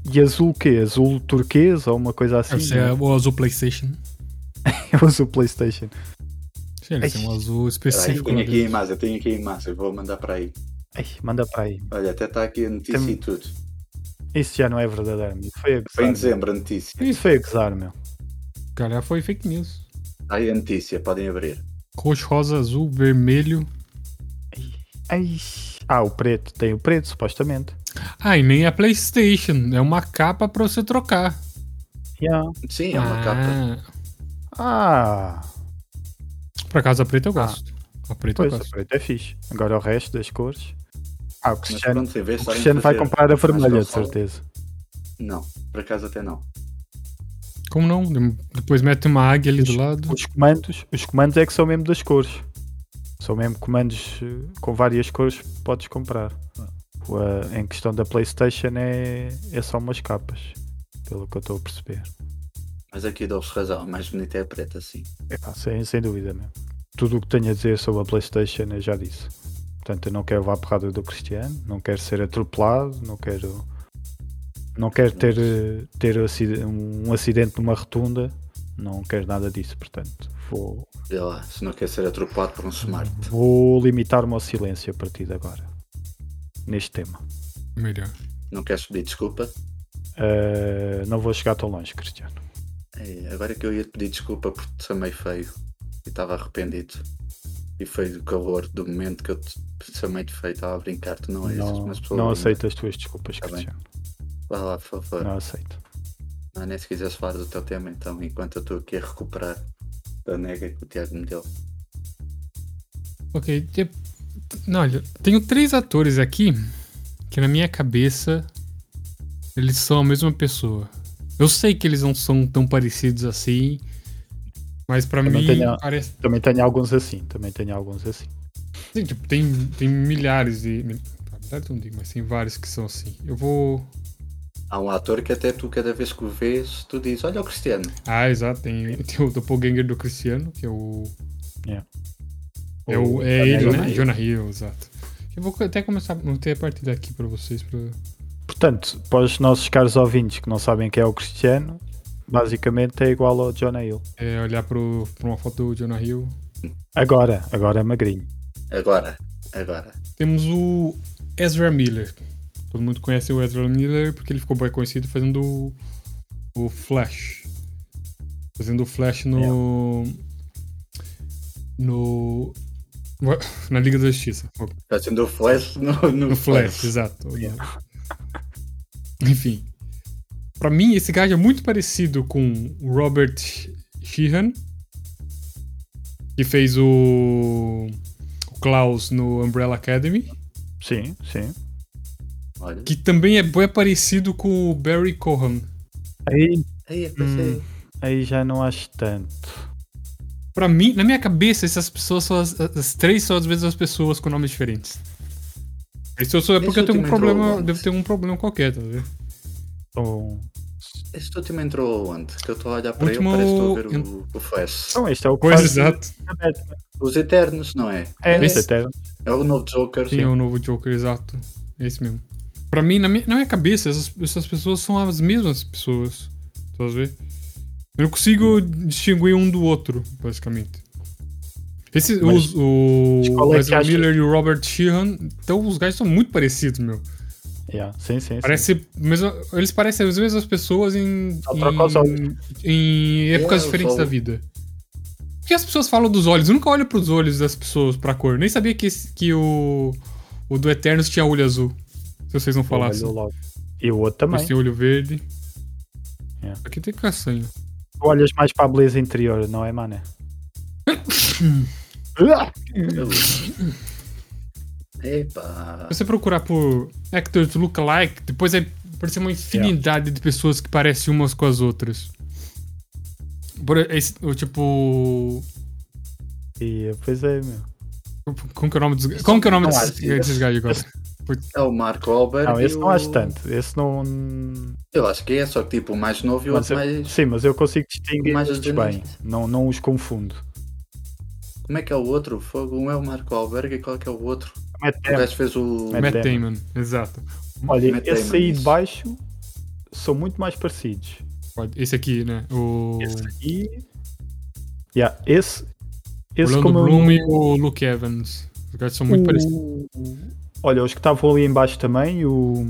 A: e azul quê? Azul turquesa ou uma coisa assim.
D: Deve ser
A: né?
D: o azul PlayStation.
A: Eu uso o Playstation.
D: Sim, deve ser um
A: Ai.
D: azul
C: Peraí,
D: específico.
C: tenho
D: né?
C: aqui a imagem, tenho aqui a imagem, vou mandar para aí.
A: Ai, manda para aí.
C: Olha, até está aqui a notícia
A: Tem-
C: e tudo.
A: Isso já não é verdadeiro. Isso foi a
C: Foi em
A: gozar. meu.
C: dezembro a notícia.
A: Isso foi a gozar, meu.
D: Galera, foi fake news.
C: Está aí a notícia, podem abrir.
D: Roxo, rosa, azul, vermelho.
A: Ai. Ah, o preto. Tem o preto, supostamente.
D: Ah, e nem é PlayStation. É uma capa pra você trocar.
A: Yeah.
C: Sim, é uma
D: ah,
C: capa.
A: Ah,
D: Por acaso a preta eu
C: Ah.
D: gosto. A preta eu
A: pois, o
D: gosto.
A: preto é fixe. Agora o resto das cores. Ah, o
C: Mas
A: Cristiano,
C: pronto, em vez
A: o
C: de estarem
A: Cristiano vai
C: fazer
A: comprar a
C: mais
A: vermelha, de
C: console-
A: certeza.
C: Não, por acaso até não.
D: Como não? Depois mete uma águia ali do lado.
A: Os comandos, os comandos é que são mesmo das cores. São mesmo comandos eh, com várias cores que podes comprar. O, eh, em questão da Playstation é, é só umas capas, pelo que eu estou a perceber.
C: Mas aqui dou-vos razão, a mais bonita é a preta, sim.
A: Epá, Ah, sem, sem dúvida mesmo. Tudo o que tenho a dizer sobre a Playstation eu já disse. Portanto, eu não quero levar a porrada do Cristiano, não quero ser atropelado, não quero. Não quero ter, eh, ter acide- um acidente numa rotunda, não quero nada disso, portanto, vou,
C: Olha lá, se não quer ser atropelado por um smart.
A: vou limitar-me ao silêncio a partir de agora, neste tema.
D: Melhor.
C: Não queres pedir desculpa?
A: Eh, não vou chegar tão longe, Cristiano.
C: É, agora que eu ia te pedir desculpa porque te chamei feio e estava arrependido. E foi do calor do momento que eu te chamei de feio, estava a brincar, tu não és
A: Não,
C: uma pessoa.
A: não
C: linda.
A: aceito as tuas desculpas,
C: Tá bem.
A: Cristiano.
C: Vá lá, por favor.
A: Não aceito.
C: Não, é nem se quiseres falar do teu tema então, enquanto eu estou aqui a recuperar da nega que o Tiago me deu.
D: Ok. te- Não, olha, tenho três atores aqui que na minha cabeça eles são a mesma pessoa. Eu sei que eles não são tão parecidos assim, mas pra
A: Também
D: mim
A: tenho a-
D: parece.
A: Também tenho alguns assim, também tenho alguns assim.
D: Sim, tipo, tem, tem milhares de. verdade não digo, mas tem vários que são assim. Eu vou.
C: Há um ator que até tu, cada vez que o vês, tu dizes: Olha o Cristiano.
D: Ah, exato, tem, tem o doppelganger do Cristiano, que é o.
A: É.
D: É,
A: O-
D: o, é ele,
C: Jonah
D: né?
C: Hill.
D: Jonah Hill, exato. Eu vou até começar a manter a partida aqui pra vocês. Pra...
A: Portanto, para os nossos caros ouvintes que não sabem quem é o Cristiano, basicamente é igual ao John Hill.
D: É, olhar pro, pra uma foto do Jonah Hill.
A: Agora, agora é magrinho.
C: Agora, agora.
D: Temos o Ezra Miller. Todo mundo conhece o Ezra Miller porque ele ficou bem conhecido fazendo o, o Flash. Fazendo o Flash no. No. Na Liga da Justiça.
C: Fazendo o flash no, no,
D: No Flash, exato. Enfim. Pra mim, esse gajo é muito parecido com o Robert Sheehan, que fez o, o Klaus no Umbrella Academy,
A: Sim, sim.
C: Olha.
D: que também é bem parecido com o Barry Cohen.
A: Aí,
C: Aí, eu pensei.
A: Hum. aí já não acho tanto.
D: Pra mim, na minha cabeça, essas pessoas são as, as três são às vezes as pessoas com nomes diferentes. Isso eu sou, é
C: Esse
D: porque eu tenho um
C: último entrou
D: problema,
C: onde?
D: devo ter um problema qualquer, tá vendo?
A: Então,
C: Este último entrou onde? Que eu estou a olhar para
D: Último-
C: ele, parece que estou a ver o, o Flash.
A: então este é o que
D: Pois
A: faz-
D: exato.
C: Os Eternos, não é?
A: É,
D: Esse-
A: este até.
C: É o novo Joker.
D: Sim, é o novo Joker, exato. É Esse mesmo. Pra mim, na minha, na minha cabeça, essas, essas pessoas são as mesmas pessoas. Tu a ver? Eu não consigo distinguir um do outro, basicamente. Esse,
A: Mas-
D: os, o
A: mas qual é que
D: Ezra
A: acha-
D: Miller e o Robert Sheehan, então os gajos são muito parecidos, meu.
A: Yeah, sim, sim. sim.
D: Parece mesmo, eles parecem as mesmas pessoas em,
A: Só troca os olhos.
D: em, em épocas
C: É, os
D: diferentes da
C: olhos.
D: vida. Por que as pessoas falam dos olhos? Eu nunca olho pros olhos das pessoas pra cor. Nem sabia que, esse- que o, o do Eternos tinha olho azul. Se vocês não falassem.
A: Olhou logo. E o outro
D: Eles
A: também.
D: têm olho verde.
A: É.
D: Aqui tem castanho.
A: Tu olhas mais para a beleza interior, não é, mané?
C: Epa.
D: Se você procurar por actors lookalike, depois vai aparecer uma infinidade de pessoas que parecem umas com as outras. Por, esse, o tipo.
A: E, pois é, meu.
D: Como que é o nome dos. Como que é o nome
C: Não,
D: desses,
C: acho que-
D: desses gajos agora?
C: É o Marco Albert.
A: Não,
C: e
A: esse não
C: o-
A: acho tanto. Esse não.
C: Eu acho que é, só que tipo, o mais novo e o
A: Mas
C: outro
A: eu-
C: mais.
A: Sim, mas eu consigo distinguir
C: mais
A: estes bem.
C: ordenado.
A: Não, não os confundo.
C: Como é que é o outro? Fogo? Um é o Marco Alberg e qual que é o outro?
A: Mas
C: O
A: é,
C: gajo fez o.
A: Matt
D: Matt
A: Damon.
D: Damon, exato.
A: olha,
C: Matt
A: esse
C: Damon,
A: aí de
C: isso.
A: baixo são muito mais parecidos.
D: Pode- Esse aqui, né? O
A: Esse aqui. Yeah, esse. Esse
D: Orlando
A: como eu
D: Bloom
A: não-
D: e o Luke Evans. Os gajos são muito parecidos.
A: Olha, os que estavam ali em baixo também, o.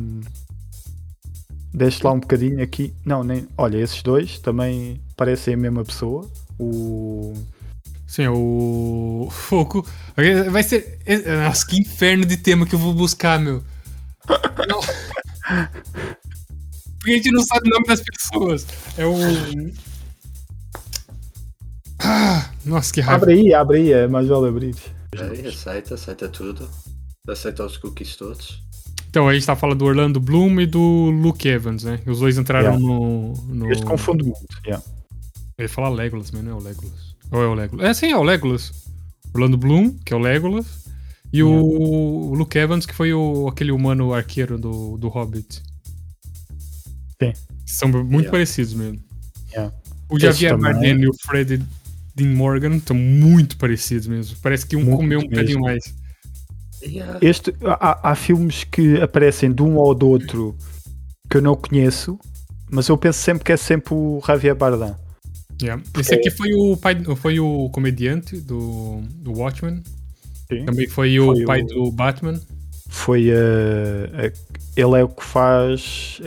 A: Deste lá um bocadinho aqui. Não, nem. Olha, esses dois também parecem a mesma pessoa. O.
D: Sim, é o Foco. Vai ser. é- Nossa, que inferno de tema que eu vou buscar, meu. Não. Porque a gente não sabe o nome das pessoas. É o. Ah, nossa, que raiva.
A: Abre aí, abre aí, é mais vale abrir.
C: Peraí, É, aceita, aceita tudo. Aceita os cookies todos.
D: Então, a gente tá falando do Orlando Bloom e do Luke Evans, né? Os dois entraram
A: Yeah.
D: no, no.
A: Este confunde muito. yeah.
D: Eu ia falar Legolas, mas não é o Legolas. Ou é o Legolas? É, sim, é o Legolas. Orlando Bloom, que é o Legolas. E o, o Luke Evans, que foi o, aquele humano arqueiro do, do Hobbit.
A: Sim.
D: São muito
C: Yeah.
D: parecidos mesmo.
A: Yeah.
D: O
A: Esse
D: Javier
A: também.
D: Bardem e o Fred Dean Morgan estão muito parecidos mesmo. Parece que um
A: Muito
D: comeu um
A: mesmo.
D: bocadinho mais.
C: E há-
A: Este, há, há filmes que aparecem de um ou do outro que eu não conheço, mas eu penso sempre que é sempre o Javier Bardem.
D: Yeah. Esse aqui foi o pai, foi o comediante do, do Watchmen.
A: Sim.
D: Também foi o
A: Foi
D: pai
A: o-
D: do Batman.
A: Foi eh, a- ele é o que faz.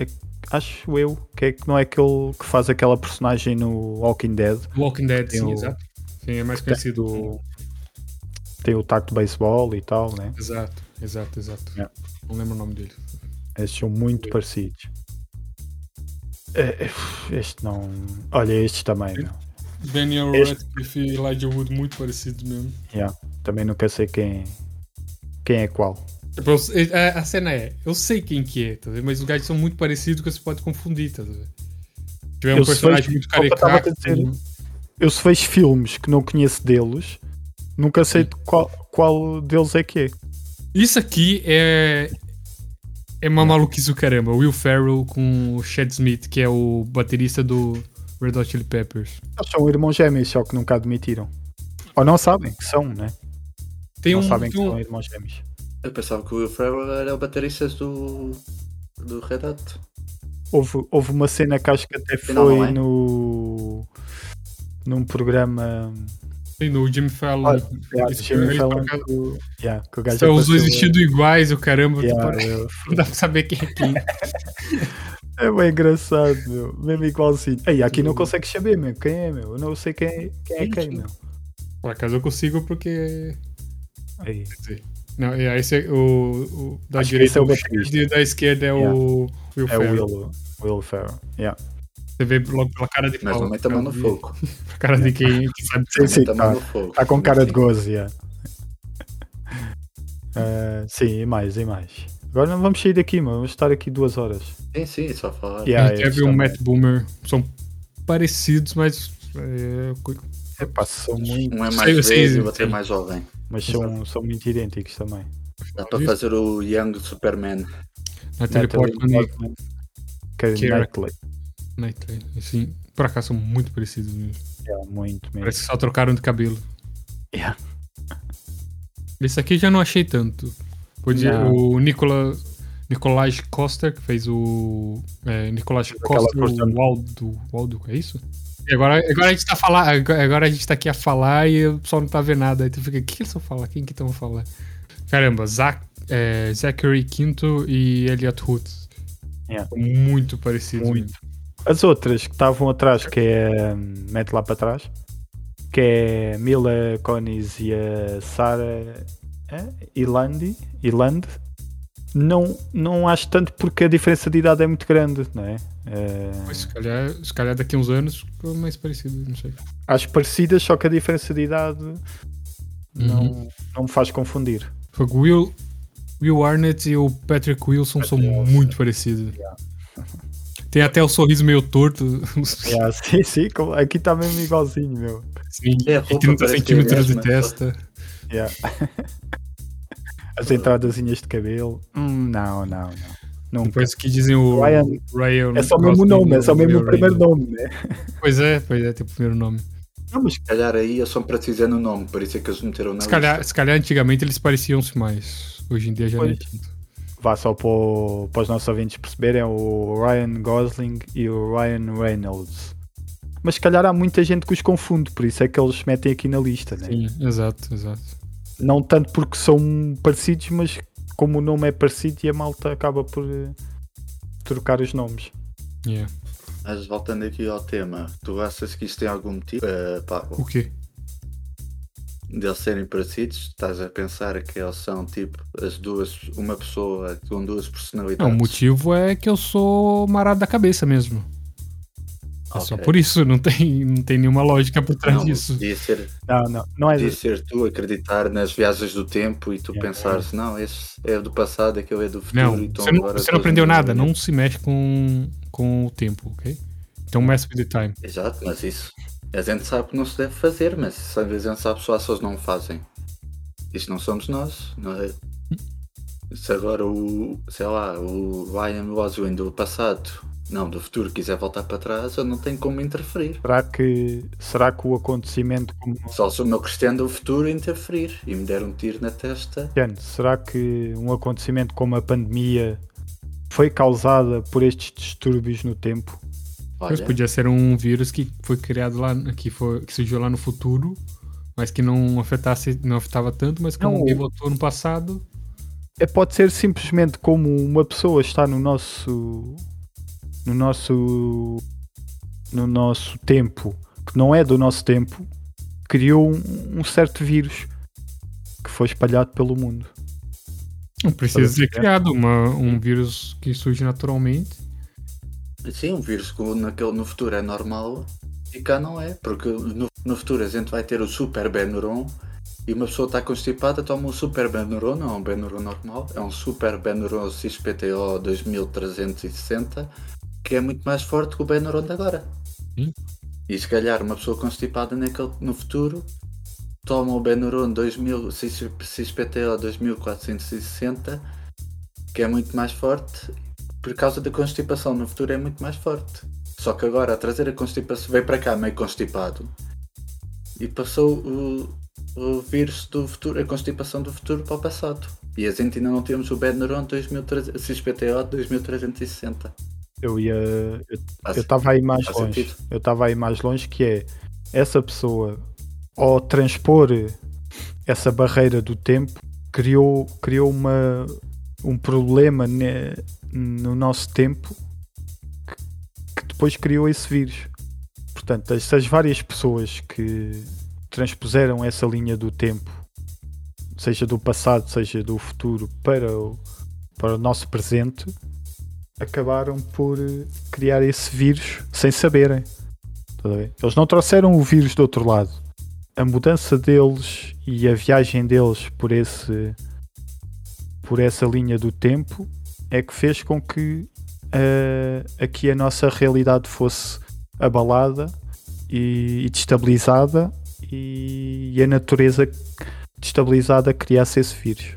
A: a- acho eu que, é, que não é aquele que faz aquela personagem no Walking Dead.
D: Walking Dead,
A: Tem
D: sim,
A: o-
D: exato. Sim, é mais conhecido.
A: Tem o taco de beisebol e tal, né?
D: Exato, exato, exato.
A: É.
D: Não lembro o nome dele.
A: Estes são muito parecidos. Eh, Este não. Olha, estes também não.
D: Daniel
A: Este-
D: Radcliffe e Elijah Wood, muito parecidos mesmo.
A: Yeah. Também nunca sei quem, quem é qual.
D: Tipo, eu- a, a cena é, eu sei quem que é, tá vendo? mas os gajos são muito parecidos que você pode confundir, tá vendo? Se tiver um
A: Eu sei,
D: personagem muito
A: só que eu tava
D: caricato.
A: a dizer. Eu se vejo filmes que não conheço deles, nunca sei de qual, qual deles é que é.
D: Isso aqui é, É uma maluquice do caramba. Will Ferrell com o Chad Smith, que é o baterista do Red Hot Chili Peppers.
A: Eles são irmãos gêmeos, só que nunca admitiram. Ou não sabem que são, né?
D: Tem
A: não
D: um,
A: sabem é. que
D: tem um-
A: são irmãos gêmeos.
C: Eu pensava que o Will Ferrell era o baterista do, do Red Hot.
A: Houve, houve uma cena que acho que até foi
C: Afinal, não é?
A: no. num programa.
D: tem no Jimmy Fallon.
A: Yeah,
D: Isso,
A: Jimmy
D: ele
A: Fallon,
D: pra cá-
A: que o- né? yeah, que o gajo
D: São os dois
A: apareceu-
D: vestidos iguais, o caramba.
A: Yeah,
D: tipo,
A: eu-
D: não dá pra saber quem é quem.
A: É bem engraçado, meu. Mesmo igualzinho. Aí, aqui não
D: Hum.
A: consegues saber, meu. Quem é, meu? Eu não sei quem é quem, é, quem meu.
D: Por acaso eu consigo, porque.
A: Aí.
D: Não, é, esse é o, o da
A: Acho que esse
D: direita
A: é o
D: o
A: baterista.
D: Chad e o da esquerda é o Will
A: É o
D: Ferrell.
A: Will, Will Ferrell. Yeah.
D: Você vê logo pela cara de
C: Mas
D: pau,
C: também está mão no
D: cara de-
C: fogo.
D: pela cara de quem que sabe
A: Sim, sim,
C: Também
A: tá.
C: no fogo.
A: Tá com cara de
C: Sim.
A: gozo, yeah. Ah, sim, e mais, e mais. Agora não vamos sair daqui, mano. Vamos estar aqui duas horas.
C: Sim, sim, só falar.
A: Yeah,
D: a gente um já
A: eles
D: viu o
A: também.
D: Matt Boomer. São parecidos, mas. é, co-
A: Epá, são muito,
C: Um é
D: Sei,
C: mais
D: eu sei,
C: velho e o
D: sim.
C: outro é mais jovem.
A: mas são, são muito idênticos também.
C: Dá para fazer o Young Superman.
D: Natalie Portman e
A: Portman, Keira
D: Keira.
A: Knightley.
D: Natalie. Assim, por acaso são muito parecidos mesmo.
A: Yeah, é muito mesmo.
D: Parece que só trocaram de cabelo.
A: Yeah.
D: Esse aqui eu já não achei tanto. Podia,
A: Não.
D: o Nicola, Nicolás Costa, que fez o. É, Nicolás
A: Aquela
D: Costa,
A: coisa-
D: o Waldo. Waldo, é isso? E agora, agora a gente tá falar, agora agora a gente tá aqui a falar e o pessoal não tá vendo nada. Aí tu fica, o que que eles vão falar? Quem que estão a falar? Caramba, Zac, é, Zachary Quinto e Elliot Woods.
A: Yeah.
D: Muito parecidos.
A: Muito.
D: mesmo.
A: As outras que estavam atrás, que é. hum, Mete lá para trás. Que é Mila Conis e a Sara é? Ilandi. Iland. Não, não acho tanto porque a diferença de idade é muito grande, não é? Eh,
D: Mas se calhar, se calhar daqui a uns anos ficou mais parecido, não sei.
A: acho parecidas, só que a diferença de idade não, não me faz confundir.
D: Foi que o Will, Will Arnett e o Patrick Wilson são muito parecidos. Tem até o sorriso meio torto.
A: É, ah, sim, sim, como- aqui está mesmo igualzinho, meu.
D: Sim,
C: É, a roupa
D: e
C: parece
D: 30
C: que é
D: centímetros de
C: mesmo, né?
D: testa.
A: Yeah. As entradazinhas de cabelo. Hum, não, não, não. Nunca.
D: Depois que dizem o
A: É um Ryan.
D: Ryan. Ryan
A: É só o mesmo
D: Gosling
A: nome, é só o
D: e
A: mesmo o
D: Ryan.
A: primeiro nome, né?
D: Pois é, pois é, tem o primeiro nome.
A: Não, mas
C: Se calhar aí eles são precisando o nome, por isso é que eles meteram na
D: Se
C: lista.
D: calhar, se calhar antigamente eles pareciam-se mais. Hoje em dia já não é
A: Pois.
D: tanto.
A: vá só para, o- para os nossos ouvintes perceberem, é o Ryan Gosling e o Ryan Reynolds. Mas se calhar há muita gente que os confunde, por isso é que eles metem aqui na lista, né?
D: Sim, exato, exato.
A: Não tanto porque são parecidos, mas como o nome é parecido e a malta acaba por eh, trocar os nomes.
D: Yeah.
C: Mas voltando aqui ao tema, tu achas que isto tem algum motivo? Eh, pá,
D: O quê?
C: de eles serem parecidos, estás a pensar que eles são tipo as duas, uma pessoa com duas
D: Não,
C: personalidades.
D: o motivo é que eu sou marado da cabeça mesmo. É só
C: Ok.
D: por isso, não tem, não tem nenhuma lógica por trás
C: Não,
D: disso.
C: Podia ser,
A: Não, não, não é
C: podia
A: isso.
C: ser tu acreditar nas viagens do tempo e tu pensares, não, esse é do passado, aquele é do futuro.
D: Não,
C: então
D: você não,
C: agora
D: você
C: todos
D: não aprendeu
C: mudam.
D: nada, não se mexe com, com o tempo, ok? Então mess with the time.
C: Exato, mas isso a gente sabe que não se deve fazer, mas às vezes a gente sabe só se eles não o fazem. Isso não somos nós, não é? Se agora o, sei lá, o Ryan Gosling do passado, não, do futuro, quiser voltar para trás, eu não tenho como interferir.
A: Será que, será que o acontecimento como
C: Só se o meu cristiano do futuro interferir e me der um tiro na testa,
A: Cristiano, será que um acontecimento como a pandemia foi causada por estes distúrbios no tempo?
D: Pois
C: olha,
D: podia ser um vírus que foi criado lá, que, foi, que surgiu lá no futuro, mas que não afetasse, não afetava tanto, mas que
A: Não,
D: alguém
A: o-
D: botou no passado.
A: É, pode ser simplesmente como uma pessoa está no nosso no nosso no nosso tempo, que não é do nosso tempo, criou um, um certo vírus que foi espalhado pelo mundo.
D: Não precisa
A: Pode
D: ser
A: ser.
D: criado uma- um vírus que surge naturalmente.
C: sim, um vírus que naquele, no futuro é normal e cá não é, porque no, no futuro a gente vai ter o super Benuron e uma pessoa está constipada, toma um super Benuron, não é um Benuron normal, é um super Benuron XPTO 2360 que é muito mais forte que o Benuron de agora.
D: Sim.
C: E se calhar uma pessoa constipada naquele, no futuro toma o Benuron 2000 XPTO 2460 que é muito mais forte por causa da constipação. No futuro é muito mais forte. Só que agora, a trazer a constipação, veio para cá meio constipado e passou o, o vírus do futuro, a constipação do futuro para o passado. E a gente ainda não temos o Bad Neuron 2300 XPTO 2360.
A: Eu ia. eu-
C: Faz-
A: Eu estava aí mais
C: faz
A: longe.
C: sentido.
A: Eu estava aí mais longe que é essa pessoa ao transpor essa barreira do tempo criou, criou uma, um problema ne- no nosso tempo que, que depois criou esse vírus. Portanto, essas várias pessoas que transpuseram essa linha do tempo, seja do passado, seja do futuro, para o, para o nosso presente, acabaram por eh, criar esse vírus sem saberem. Estás a ver? Eles não trouxeram o vírus do outro lado. A mudança deles e a viagem deles por esse por essa linha do tempo é que fez com que eh, aqui a nossa realidade fosse abalada e, e destabilizada e, e a natureza destabilizada criasse esse vírus.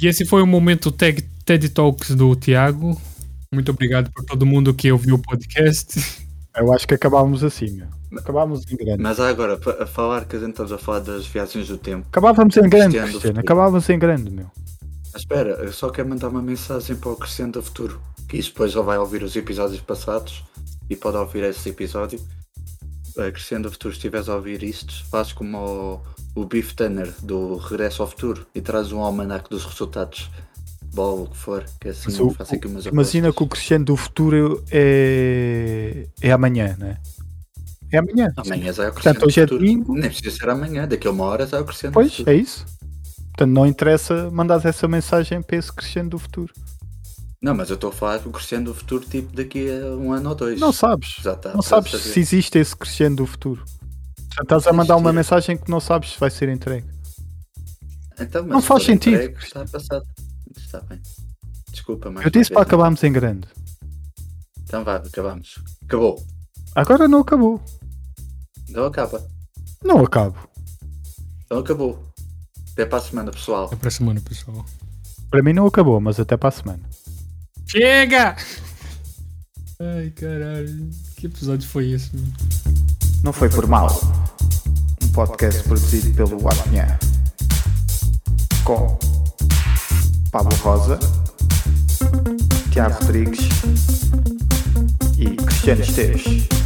D: E esse foi o momento tag, TED Talks do Tiago. Muito obrigado por todo mundo que ouviu o podcast.
A: Eu acho que acabávamos assim, meu. Acabávamos em grande.
C: Mas há agora, pa- a falar que a gente estamos a falar das viagens do tempo.
A: Acabávamos em grande,
C: Cristiano do
A: Cristiano.
C: futuro.
A: Acabávamos em grande, meu.
C: Mas Ah, espera, eu só quero mandar uma mensagem para o Crescendo do Futuro. Que isso depois ele vai ouvir os episódios passados e pode ouvir esse episódio. Eh, Crescendo do Futuro, se estiveres a ouvir isto, faz como o, o Beef Tanner do Regresso ao Futuro e traz um almanac dos resultados. Bola, o que for, que assim
A: Mas
C: eu
A: o-
C: faço aqui umas
A: Imagina que o Cristiano do futuro é, é amanhã, né? É amanhã.
C: Amanhã já é o
A: Portanto,
C: Crescendo do
A: hoje é
C: Futuro.
A: domingo.
C: Nem precisa ser amanhã, daqui a uma hora já é o Crescendo do
A: Pois,
C: Futuro.
A: é isso. Portanto, não interessa mandar essa mensagem para esse Cristiano do futuro.
C: Não, mas eu estou a falar do Crescendo do Futuro tipo daqui a um ano ou dois.
A: Não sabes.
C: Já tá,
A: Não
C: já
A: sabes
C: sabia.
A: se existe esse Cristiano do futuro. Já estás a mandar uma
C: Existia.
A: mensagem que não sabes se vai ser entregue.
C: Então, mas
A: Não
C: se
A: faz
C: for
A: sentido.
C: emprego, está passado. Está bem. Desculpa, mas.
A: Eu disse para acabarmos em grande.
C: Então vá, acabamos. Acabou.
A: Agora não acabou.
C: Então acaba.
A: Não acabo.
C: Então acabou. Até para a semana, pessoal.
D: Até pra semana, pessoal.
A: Para mim não acabou, mas até para a semana.
D: Chega! Ai, caralho. Que episódio foi esse, mano?
A: Não foi por mal. Um podcast produzido pelo Apinha. Com Pablo Rosa, Tiago Rodrigues e Cristiano Esteves.